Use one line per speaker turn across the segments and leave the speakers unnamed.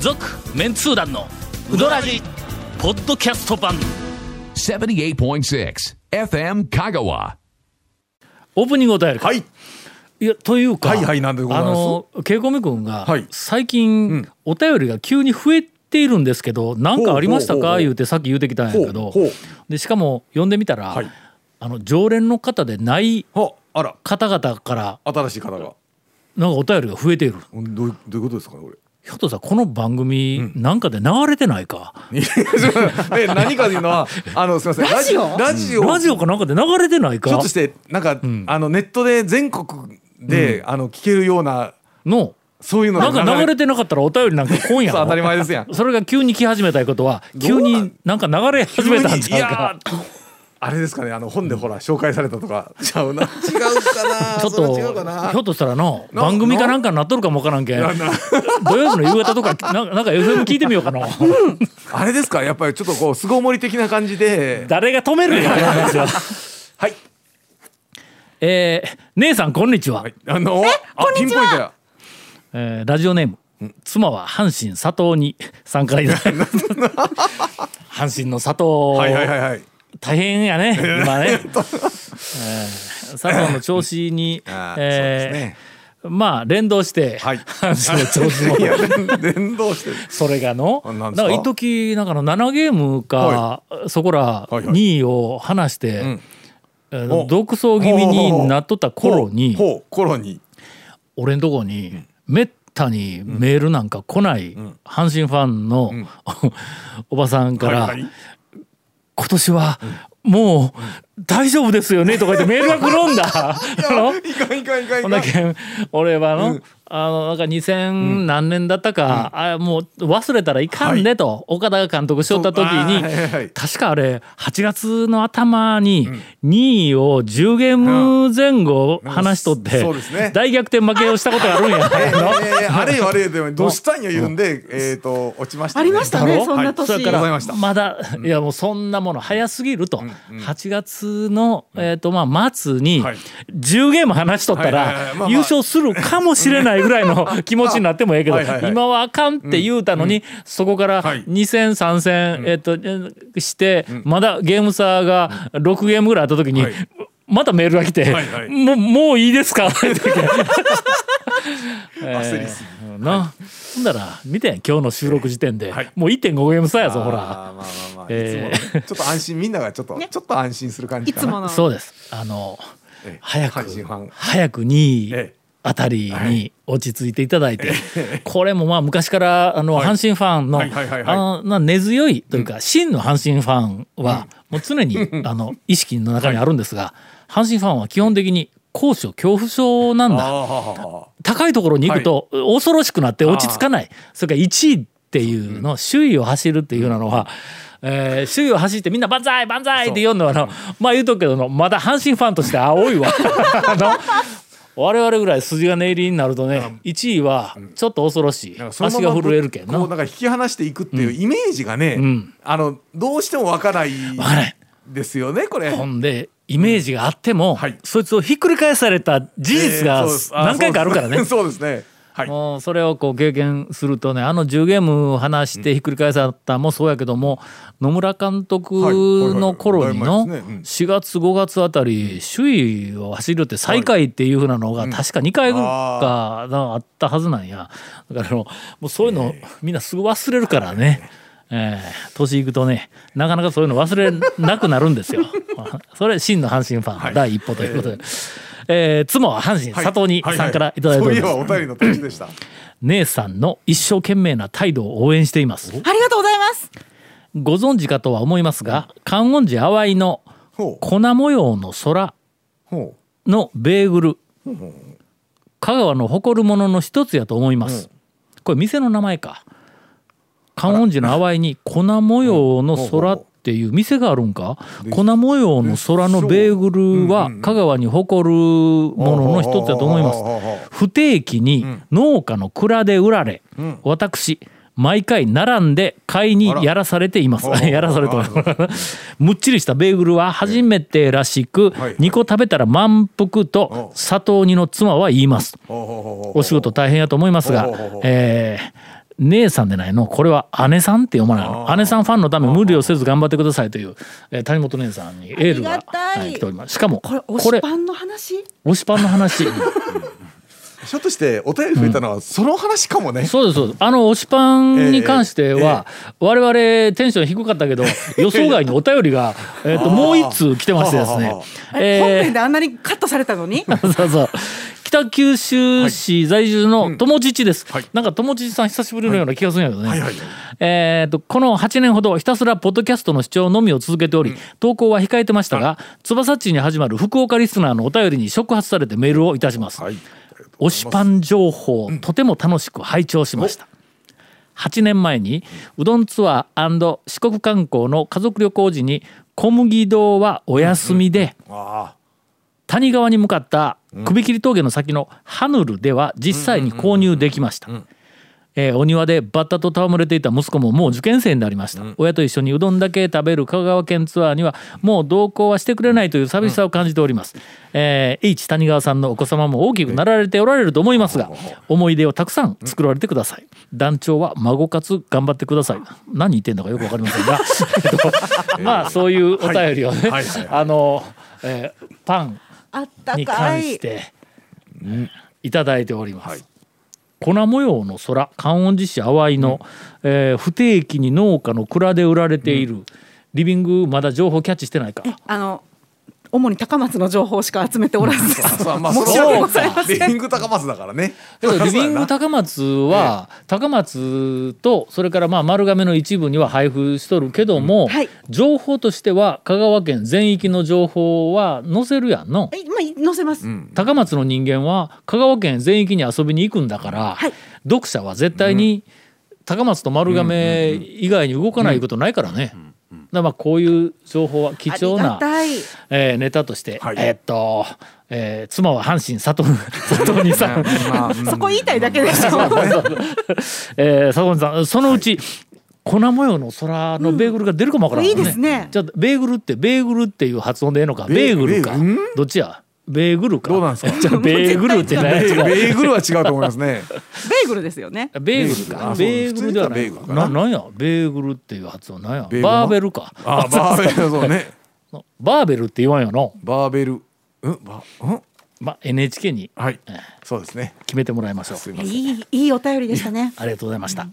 続メンツー団のウドラジポッドキャスト版
78.6 FM Kagawa.
オープニングを答えるか
はい。
いやというか
はいはいなんでございます
あのケイコミ君が、
はい
最近、
うん
お便りが急に増えているんですけど何かありました
ほうほうほ
か
うほう
言うてさっき言うてきたんやけど
ほうほう
でしかも読んでみたら、
はい
あの常連の方でない
あ、あら、
方々から
新しい方が。
なんかお便りが増えている
うんどういうどういうことですかね、これ。
ひょっとさこの番組なんかで流れてないか、
いやすいませんえ何かというの は、あの、すみません。ラジオラジオ。
ラジオかなんかで流れてない
ひょっ
か
として、なんか、あの、ネットで全国で、あの、聞けるような、
の
そういうの
なんか流れ
て
てなかったらお便りなんか今夜
当たり前ですやん。
それが急に来始めたいうことは急
どうなん
になんか流れ始めたんちゃうか
急にいやーあれですかね、あの、本でほら、紹介されたとか。ちゃうな。
違うかな
ちょっ
それ
と
は違うかな
ひょっとしたらの
な
番組かなんかになっとるかもわからんけん土曜日の夕方とかななんか FM 聞いてみようかな
あれですか、やっぱりちょっとこう、凄盛り的な感じで。
誰が止めるんやこの話 は
はい。
えー姉さんこんにちは
はい。あの、あ、ピンポイントや。
えーラジオネーム妻は阪神佐藤に3回だ 阪神の佐藤、
はいはいはいはい。
大変や ね今ね、えー佐藤の調子に、
あーそうです
え
ね
ーまあ連動して、
はい
阪神の調子も
いや、連動してる。
それがのな
あなんん
か
ですか
一時なんかの7ゲームか、そこら
はいはい
2位を離して、
ん
えー
お
独走気味になっとった頃に
ほうほう頃に
俺んとこに、めったにメールなんか来ない阪神ファンの、 おばさんから、
はいはい
今年はもう大丈夫ですよね」とか言ってメールが来るんだ。あの
いかんいかんいかんい
ほん
かん
だけん俺はの,、あのなんか2000何年だったか、あもう忘れたらいかんねと、岡田が監督しとった時に、
そうあーはいはい
確かあれ8月の頭に2位を10ゲーム前後離しとって、
うんそうですね
大逆転負けをしたことがあるんや。
えーあれよあれよでもどうしたんよ言うんでえっと落ちましたね
ありましたねそんな年
はいそれからございました
まだいやもうそんなもの早すぎると、8月の、えーとまあ、末に
はい
10ゲーム離しとった
はいはいはいまあま
ら
あ
優勝するかもしれないぐらいの 気持ちになってもええけど
はいはいはい
今はあかんって言うたのに、そこから
はい
2戦3戦、えーとえーして、まだゲーム差が6ゲームぐらいあった時に、
はい
またメールが来て、
はいはい
もうもういいですか って言って
焦りすぎ
うんな、ほんだら見てん今日の収録時点で、
はい
もう1.5ゲーム差やぞ
あー
ほ
ま
ら
あまあまあいつ
え
も
ー
のちょっと安心みんながちょっとちょっと安心する感じ
い
か
つ
な
もの。
そうですあの
ええ
早く
阪神ファン
早く2位
ええ
あたり
は
に
い
落ち着いていただいて、これもまあ昔からあの阪神ファンの
はいはいはいはい
あのな根強いというか真の阪神ファンはもう常にあの意識の中にあるんですが阪神ファンは基本的に高所恐怖症なんだ
あ
高いところに行くと恐ろしくなって落ち着かない、それから1位っていうの首位を走るっていうようなのは、えー首位を走ってみんな「万歳万歳!」って言うのはあのまあ言うとくけどのまだ阪神ファンとして青 いわ。あの我々ぐらい筋金入りになるとね1位はちょっと恐ろしい、
あ
足が震えるけんな
こうなんか引き離していくっていうイメージがね
ん
あのどうしてもわかない
かない
ですよねこれ
ほんでイメージがあっても、
はい
そいつをひっくり返された事実
え
が
ーそうですあー
何回かあるからね。
そうですそうですねはい
もうそれをこう経験するとねあの10ゲーム離してひっくり返されたもそうやけども野村監
はいはいは
督
い
の頃に
だ
の
いぶ前ですねうん
4月5月あたり首位を走るって最下位っていうふうなのが確か2回かなあったはずなんやだからあのもうそういうのみんなすぐ忘れるから ね。えー年いくとねなかなかそういうの忘れなくなるんですよ。 それ真の阪神ファンの第一歩ということで、えー妻は阪神
はい
佐藤にさんからいただいてお
そうい
り
え
ます
ば。お便りの時でした
姉さんの一生懸命な態度を応援しています
ありがとうございます。
ご存知かとは思いますが観音寺淡いの
ほう
粉模様の空
ほ
のベーグル香川の誇るものの一つやと思いますこれ店の名前か観音寺の淡いに粉模様の空っていう店があるんか粉模様の空のベーグルは香川に誇るも
う
のの一つやと思います
ほうほうほうほう
不定期に農家の蔵で売られ、私毎回並んで買いにやらされています。
あら
やらされてます。 むっちりしたベーグルは初めてらしく、
はい
2個食べたら満腹と
お
佐藤煮の妻は言います。
ほうほうほうほう
お仕事大変やと思いますが
おうおうおう、
えー姉さんでないのこれは姉さんって読まないの姉さんファンのため無理をせず頑張ってくださいという、えー谷本姉さんにエール
あ
が
りがたい
はい来ておりますしかも
これ推しパンの話
推しパンの話
ひょっとしてお便り増えたのはその話かもね、
そうですそうですあの推しパンに関しては、我々テンション低かったけど予想外にお便りがえーともう一通来てましてですね
は
あれ本編であんなにカットされたの に
そうそう。北九州市在住の友父です、なんか友父さん久しぶりのような気がするんやけどね、えーとこの8年ほどひたすらポッドキャストの視聴のみを続けており、投稿は控えてましたが翼っちに始まる福岡リスナーのお便りに触発されてメールをいたします、
はい
推しパン情報、とても楽しく拝聴しました8年前にうどんツアー四国観光の家族旅行時に小麦堂はお休みで、
あ
谷川に向かった首切り峠の先のハヌルでは実際に購入できました。えーお庭でバッタと戯れていた息子ももう受験生になりました、親と一緒にうどんだけ食べる香川県ツアーにはもう同行はしてくれないという寂しさを感じております、えー H 谷川さんのお子様も大きくなられておられると思いますが思い出をたくさん作られてください、団長は孫活頑張ってください何言ってんだかよくわかりま せんが、えっとまあそういうお便りをね、
はいはい
あの、えーパン
あった
に関
か
し
い
ていただいております。
はい
粉模様の空観音寺市淡いの、えー不定期に農家の蔵で売られている、リビングまだ情報キャッチしてないか
あの主に高松の情報しか集めておらず
あそうまあ
申し訳ございませ
リビン
ん
グ高松だからね
でもリビング
高
高松は高松とそれからまあ丸亀の一部には配布しとるけども、
はい
情報としては香川県全域の情報は載せるやんの。
えまあ載せます、
高松の人間は香川県全域に遊びに行くんだから、
はい
読者は絶対に高松と丸亀以外に動かないことないからね。だからまあこういう情報は貴
あり
重
が
な、
たい
えーネタとして、
はい
えーっと、えー妻は阪神佐藤 佐藤にさん、
そこ言いたいだけでしょ
えー佐藤さんそのうち、粉模様の空のベーグルが出るかもわからんもん
うんいいですね
じゃあベーグルってベーグルっていう発音でええのかベ
ベ
ー
ー
グルか
ベーグルん
どっちやベーグルか
どうなんですか
じゃあベーグルって何や
ベーベーグルは違うと思いますね
ベーグルですよね
ベーグルか。ベ
ベ
ー
ー
グ
グ
ル
ル
ではない
だあそう普通に言ったらベーグルか
な。
な
なんやベーグルっていう発音なんや。
ーグル
バーベルか。
あーバーベルそうね
バーベルって言わんよの。
バーベルうんばうん
まあ NHK に
はいそうですね
決めてもらいましょう。
すいません
いいいいお便りでしたね
ありがとうございました。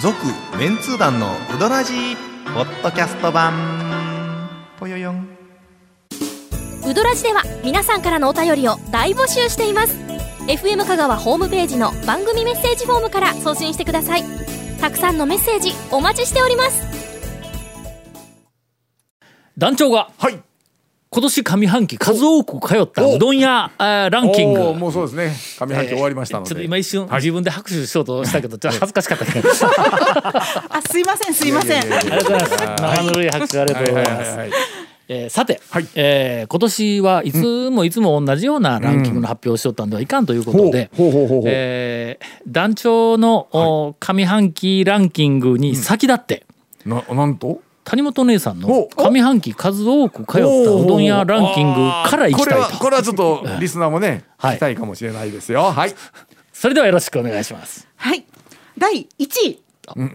続メンツー団のウドラジーポッドキャスト版ぽよよん
ウドラジでは皆さんからのお便りを大募集しています FM 香川ホームページの番組メッセージフォームから送信してくださいたくさんのメッセージお待ちしております
団長が
はい
今年上半期数多く通ったうどん屋えーランキン
おー
グ。
もうそうですね上半期終わりましたので
ちょっと今一瞬自分で拍手しようとしたけどちょっと恥ずかしかったけど。
あすいませんすいません
いやいやいや
ありがとうございます。生ぬるい拍手ありがとうございま
はいはい
す
は。いはい
えーさて、
はい
えー今年はいつもいつも同じようなランキングの発表をしとったんではいかんということで、
ほうほうほうほう
えー団長の、お上半期ランキングに先立って、
ななんと
谷本姉さんの
お
上半期数多く通ったうどん屋ランキングから行きたい
あーこれは
と
これはちょっとリスナーもね、
はい
聞きたいかもしれないですよはい
それではよろしくお願いします
はい第一位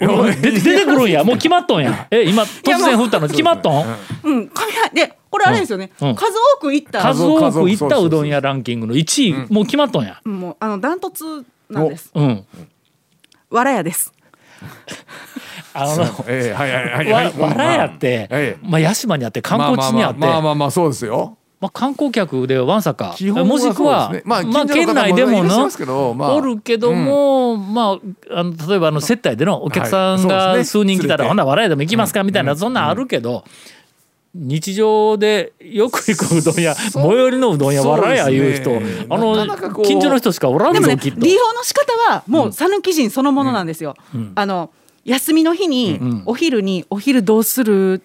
おい出て出てくるんやもう決まっとんやえ今突然降ったの決まっとん
うん上半でこれあれですよね、
うんうん
数多く行った
数
多く
多く行ったうどん屋ランキングの1位もう決まっとんや
もうあのダントツなんです
うん
わらやです
あの
えー、はいはいはいは
わ
い
わらやっ
まあ
て
ええ、
まあ、屋島にあって観光地にあって、
まあまあまあ
ま
まあまあそうですよ
あ、観光客でわんさか
基本は
もしくは、
そうですね
ま
ま
あ
あ近
県
所の方も
内でも
いらっしゃい
な
ますけどまあ
おるけども、まあ、あの例えばあの接待でのお客さん
はいそう
が
です
数
ね
人来たら、
連れて
ほんなら笑いでも行きますかみたいな、そんなんあるけど。日常でよく行くうどん屋最寄りのうどん屋
そう
わらやいう
そ
人
うですね
あの
なかなかこう
近所の人しかおらん
で
ぞ
もね
きっと
利用の仕方はもう讃岐人そのものなんですよ、あの休みの日に、お昼にお昼どうする、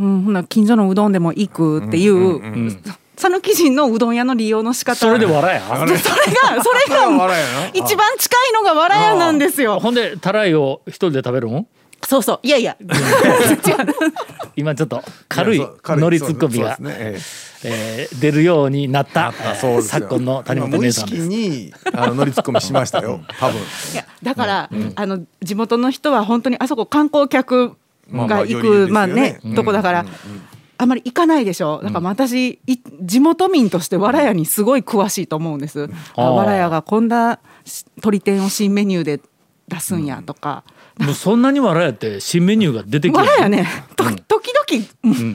うん、ほな近所のうどんでも行くっていう讃岐、人のうどん屋の利用の仕方
それで
それ
わらや
がそ
わ
れ
ら
が
やな
一番近いのがわらやなんですよ
ほんでたらいを一人で食べるん
そうそうい やいや違う
今ちょっと軽い
やそう軽い
乗りツッコミ
そう
が
ですねえ
えー出るようになった
あそうですよ
昨今の谷本
無
姉
意
さん
識
です。
にあの乗りツッコミしました よ多分
いやだから、あの地元の人は本当にあそこ観光客
まあまあ
が行
より
く
ですよね
まあねとこだから、あんまり行かないでしょだから私、い地元民としてわらやにすごい詳しいと思うんです、
あ
あわらやがこんなし鳥天を新メニューで出すんやとか、
もうそんなに笑えて新メニューが出てき
わ
た。
らやねと時々、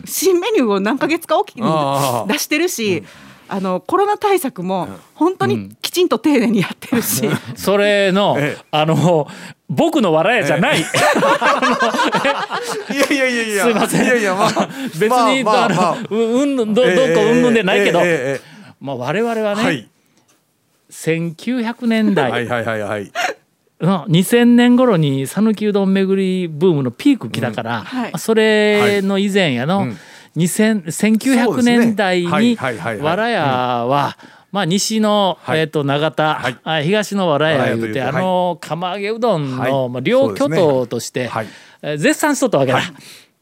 新メニューを何ヶ月かおきに
あー
出してるし、あのコロナ対策も本当にきちんと丁寧にやってるし。
それの、
ええ
あの僕の笑いじゃない、
いやいやいやいや
すいません
いやいやまあ
別に、
まあ
あの
まあまあ
ううんどどうこううんぬんでないけど、
えええええ
まあ、我々は
え
ね、
はい
1900年代、
はいはいはいはい
の2000年頃に讃岐うどん巡りブームのピーク来たから、
はい
それの以前やの、
いうん
2000
そう
1900
ですね
年代
はい
に
はいはいはい
わらやは、まあ、西の、
はい
えー、と長田、
はい
あ東のわらやいうて、
わらやというと
あの釜揚げうどんの、
はい
まあ、両巨
そうです
頭
ね
として、
はい
えー絶賛しとったわけだ。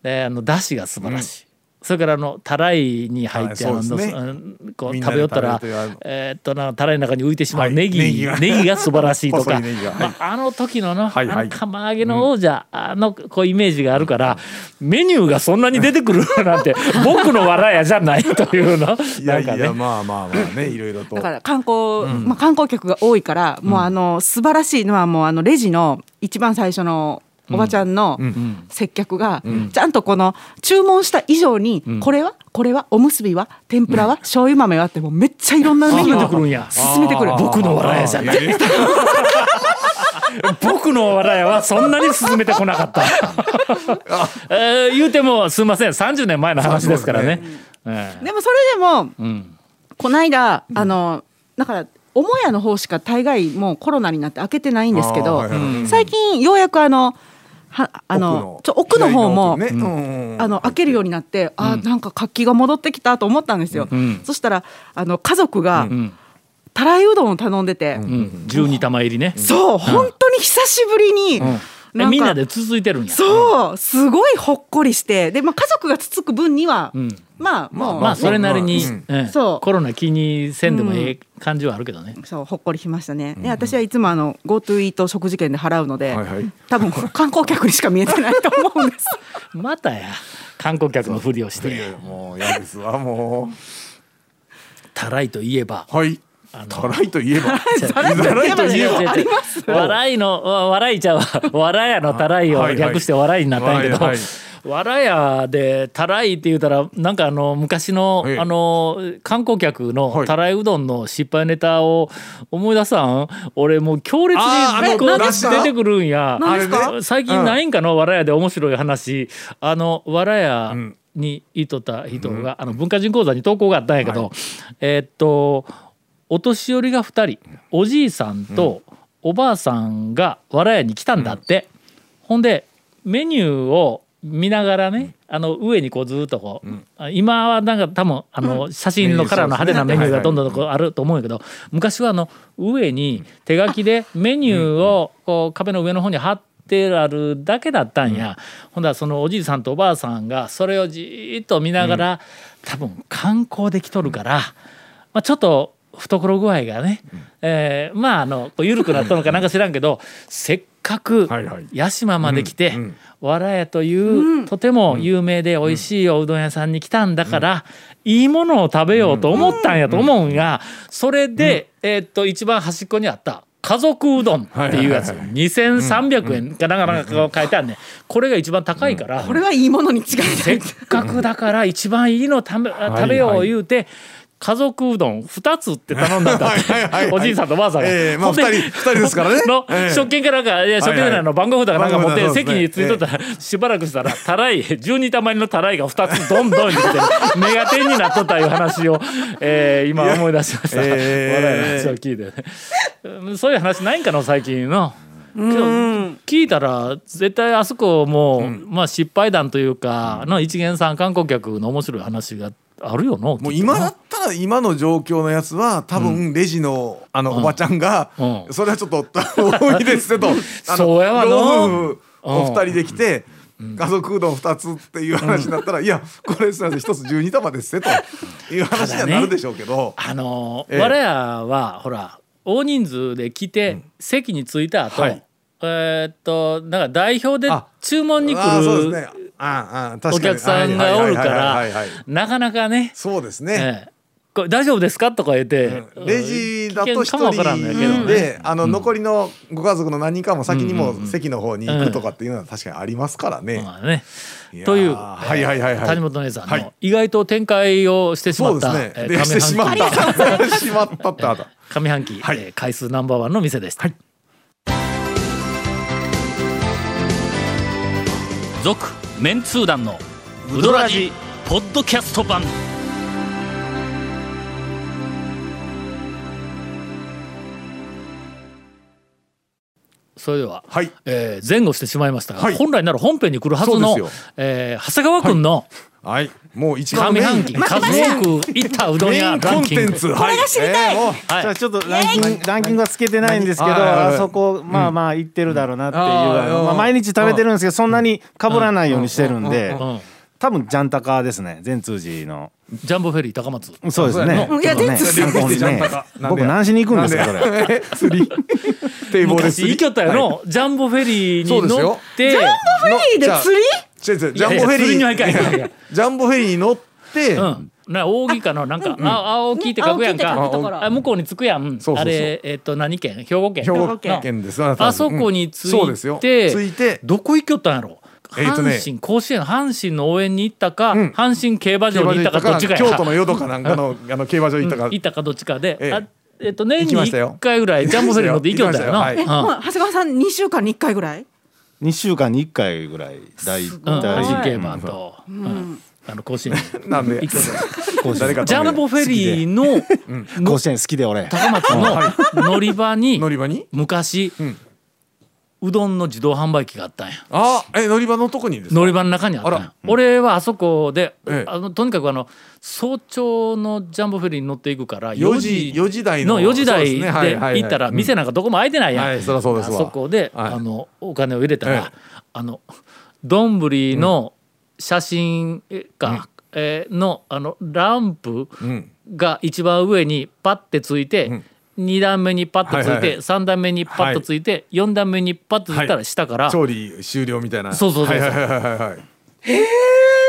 であの出汁が素晴らしい、それからあのたらいに入って、
はい
あの
そうですね
うんこう
みん
食
な
べ
で
よったら
食べようというあの
えーっとなたらいの中に浮いてしまう
はい
ネギ、
ネギが
ネギが素晴らしいとか、
細いネギがはい
まあ、あの時のの,、
はいはい
あの釜揚げの王者あのこうイメージがあるから、メニューがそんなに出てくるなん て僕の笑いやじゃないというの
い
な
や
ん
い
かね。
やまあまあまあねいろいろと
だから観光、まあ観光客が多いから、もうあの素晴らしいのはもうあのレジの一番最初のおばちゃんの接客が、ちゃんとこの注文した以上に、これはこれはおむすびは天ぷらは、醤油豆はってもうめっちゃいろんなメニュ
出
ー
てくるん
を
や
進めてくる。
僕の笑いやじゃない
いやいや
僕の笑いはそんなに進めてこなかった、 えー言うてもすいません30年前の話ですからね。ええ
でもそれでも
うん
この間あのだから母屋の方しか大概もうコロナになって開けてないんですけど、
あーはいはいはい
最近ようやくあのはあのちょ奥の方も。
左の奥ねうんうん
あの開けるようになって、あーなんか活気が戻ってきたと思ったんですよ、
ん
そしたらあの家族が
ん
たらいうどんを頼んでて、
うん、12玉入りね、
そう、本当に久しぶりに、
え
か
みんなで続いてるんや
そうすごいほっこりしてで、まあ、家族がつつく分には、
ん
まあもう、
まあそれなりに、
うん
ええ
そう
コロナ気にせんでもええ感じはあるけどね、
そうほっこりしましたねで私はいつもあの GoTo イート食事券で払うので、
はいはい
多分観光客にしか見えてないと思うんです
またや観光客のふりをし
いやい
て
やもう嫌ですわも
たらいといえば
うはいたらいといえば
たらい
たらいといえば
違う違う違う
あります
笑いのわ笑いちゃうわ笑いやのたらいを
はいはい
略して笑いになったんやけど、
はいはい
笑いやでたらいって言うたらなんかあの昔の、
ええ
あの観光客の
はい
たらいうどんの失敗ネタを思い出さん俺もう強烈に
あーあの
こう
出した
出てくるんや
何ですか
あれね最近ないんかの笑いやで面白い話あの笑いや
ん
にいとった人が、あの文化人講座に投稿があったんやけど、えーっとお年寄りが2人おじいさんとおばあさんがわらやに来たんだって、ほんでメニューを見ながらね、あの上にこうずっとこう、あ今はなんか多分あの写真のカラーの派手なメニューがどんどんこうあると思うんやけど昔はあの上に手書きでメニューをこう壁の上の方に貼って。あるだけだったんや、ほんだらそのおじいさんとおばあさんがそれをじーっと見ながら、多分観光できとるから、まあ、ちょっと懐具合がね、えーまああのこう緩くなったのかなんか知らんけどせっかく
はいはい
屋島まで来て、
うんうん
わらやという、とても有名で美味しいおうどん屋さんに来たんだから、いいものを食べようと思ったんやと思うんがそれで、えーっと一番端っこにあった家族うどんっていうやつ、
はいはい
2300円かなんかなんかこう書いてあるねんこれが一番高いから、
これはいいものに違いな
せっ
い
かくだから一番いいの食べ
い
食べよう言うて家族うどん2つって頼んだんだっ
はいはいはい
ておじいさんとおばあさんが。
ええま
ほ
あ
んで
二人二人ですからね
の
ええ
食券かなんかいや食券じゃないの番号札かなんか持っ
番
て
号札
席についとったらしばらくしたらたらい12玉入りのたらいが2つどんどん出て目が点になっとったいう話をえー今思い出しました
いや
笑
ええ
いの話を聞いてねうんそういう話ないんかの最近の。けど聞いたら絶対あそこも、まあ失敗談というか、の一元さん観光客の面白い話があるよの
もう今だったら今の状況のやつは多分レジのあのおばちゃんが
うん
それはちょっと多いですねとあの
そうやわな
老夫婦お二人で来て家族うどん2つっていう話になったら、いやこれすみません1つ12玉ですってという話にはなるでしょうけど、
あのー
ええ
我らはほら大人数で来て、席に着いた後、
はい
えーっとなんか代表で
あ
注文に来
ああそうです
る
ねああ確
お
かに
客さんがおるか
はいはいはい
ら
はいはい
なかなかね
そうで
「
すね、
ええこれ大丈夫ですか?」とか言って、うん
レジだと
危
一
険かも
人
わからんのやけどね
で、あの残りのご家族の何人かも先にもう席の方に行くとかっていうのは確かにありますからね。
まあね
いやー
という、
はいはいはいはい
谷本姉さんの、
はい
意外と展開をしてし
そ
まっ
うで
た、
すね。
えー
でしてしまっ
上半期
た。しまったってあた。
上半期、
はい
えー回数ナンバーワンの店でした続、メンツー団のウドラジポッドキャスト版それでは、
はい。
えー前後してしまいましたが、
はい
本来なら本編に来るはず
そ
の
うです、
えー長谷川君の
はい。もう一番
上
メイン
半期数多く行ったうどん
メ
屋
イン
ラ
コ
ン
ン
キン
テ
グ
ンツ。これが知りたい。もう
はい
じゃあちょっとランキングランキングはつけてないんですけど、
はいはいはい
あそこまあまあ行ってるだろうなっていう、
うんあー
まあ、毎日食べてるんですけどそんなにかぶらないようにしてるんで
うん
多分ジャンタカですね全通寺の
ジャンボフェリー高松
そうですね
いや全通
ちょっとね
ジャンタカなんで
僕何しに行くんですかそれ
え釣り。堤防で
昔
釣り。
行きよったよの、ジャンボフェリーに乗って
いいで
じゃあ
釣り
違う違うジャンボフ
いやいや
ェリ
釣りには
ー
行かへんいやいや
ジャンボフェリーに乗って、
うん、な扇かのなんか、あ青木って書くやん
ね青木って書くとこ
か、
ろ
あ向こうに着くやん
そうそうそう
あれえっ、と何県兵庫県
兵庫
の
県です。なた
あそこに着いて、
そうですよ。着いて、
どこ行きよったんやろ
えーとね
阪神甲子園阪神の応援に行ったか、
ん
阪神競馬場に行ったかどっちかや
京都の淀かなん かのあの競馬場行ったか
行ったかどっちかで、
ええ
あえっ、と年
行
に
きましたよ
1回ぐらいジャンボフェリー乗って行きよったよな、
行きまし
え、もう長谷川さん2週間に1回ぐらい
2週間に1回ぐらい大体
うん、阪神
体
競馬と、うんあの甲子園
なんで
行きよった
誰か
ジャンボフェリーの
甲子園好きで俺
高松の乗り場に
乗り場に
昔、うどんの自動販売機があったんや
あえ乗り場のとこにですか
乗り場の中にあったんや
あら
俺はあそこで、
ええ
あのとにかくあの早朝のジャンボフェリーに乗っていくから
4時4時台の
の4時
そう
台
です
で
ねはいはいはい
行ったら店なんかどこも開いてないやん、
はいそりゃそうですわ
あそこで、
はい
あのお金を入れたら、
え
あのどんぶりの写真か、えーのあのランプ、
うん
が一番上にパッてついて、二段目にパッとつ
はいいはい
て、三段目にパッとついて、四段目にパッとついた
は
ら
い
下から
調理終了みたいな
そうそうそうそう
はいはいはいはいはい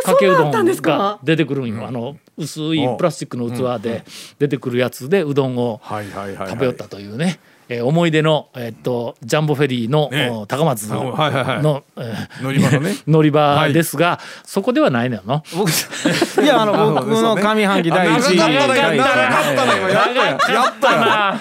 かけうど
そうだったん
ん
です
が
か
出てくるんよ。あの薄い
おう
プラスチックの器で出てくるやつでうどんを
はいはいはいはい
食べよったというね。えー思い出の、えーっとジャンボフェリーの、
ね
お高松
あはいはいはい
の、えー
乗り場 のね
乗り場ですが、そこではないのよな。
僕いやあの僕の上半期第1位
長かったね
第一位
長かったねやったよやったよ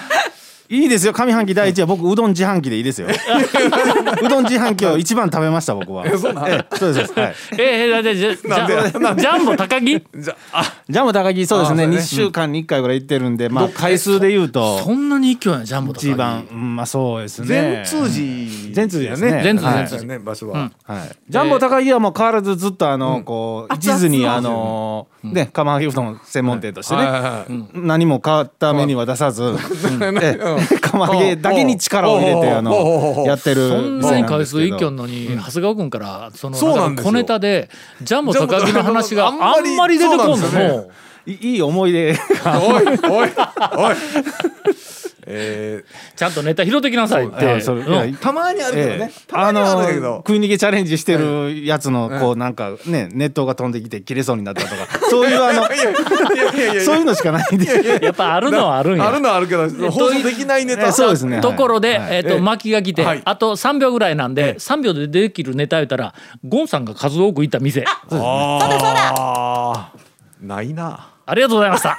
いいですよ上半期第一位は僕うどん自販機でいいですようどん自販機を一番食べました僕はえそうですそうですはい
えー、だってじゃじゃジャンボ高木
じゃあ
ジャム高木そうです
あ
ね
そうね
2週間に1回ぐらい行ってるんでまあ回数で言うと
そんなに勢いなのジャンボ高木
一番うんまあそうです
全
ね
通寺
全通寺ですね
全通寺
はい
全通
ね場所は
はい、ジャンボ高木はもう変わらずずっとあの、こう
熱々
地
の
図にあのね釜揚げうどん専門店としてね、
はいはいはい
何も変わったメニューは出さず、うんええ釜揚げだけに力を入れてあ
ほうほうほ
の
う
やってる
そんな
店
に
なんで
回
すけ
数
ど
一挙のに、長谷川君からその
そう
な
なん
んか
ですよ
小ネタでジャンボ高木の話が
ジャンボ高木
あんまり出てこんの
そうなんですよ
も
いいい思い出が
おいおいおい え
うちゃんとネタ拾ってきなさいって。
あそれいや
うん
ーたまにあるけど
え
ね
え
たまにはあるんだけど
食い逃げチャレンジしてるやつのこうなんかね熱湯が飛んできて切れそうになったとかそういうあの
いやいやいや
そういうのしかないんで
やっぱあるのはあるん
ある
や。
のはあるけど放送できないネタ
そうですねはい
ところで、えっ、と、
え
巻きが来て、
はい
あと3秒ぐらいなんで、3秒でできるネタ言ったら、ゴンさんが数多く行った店。
あそうだそうだないな
ありがとうございました。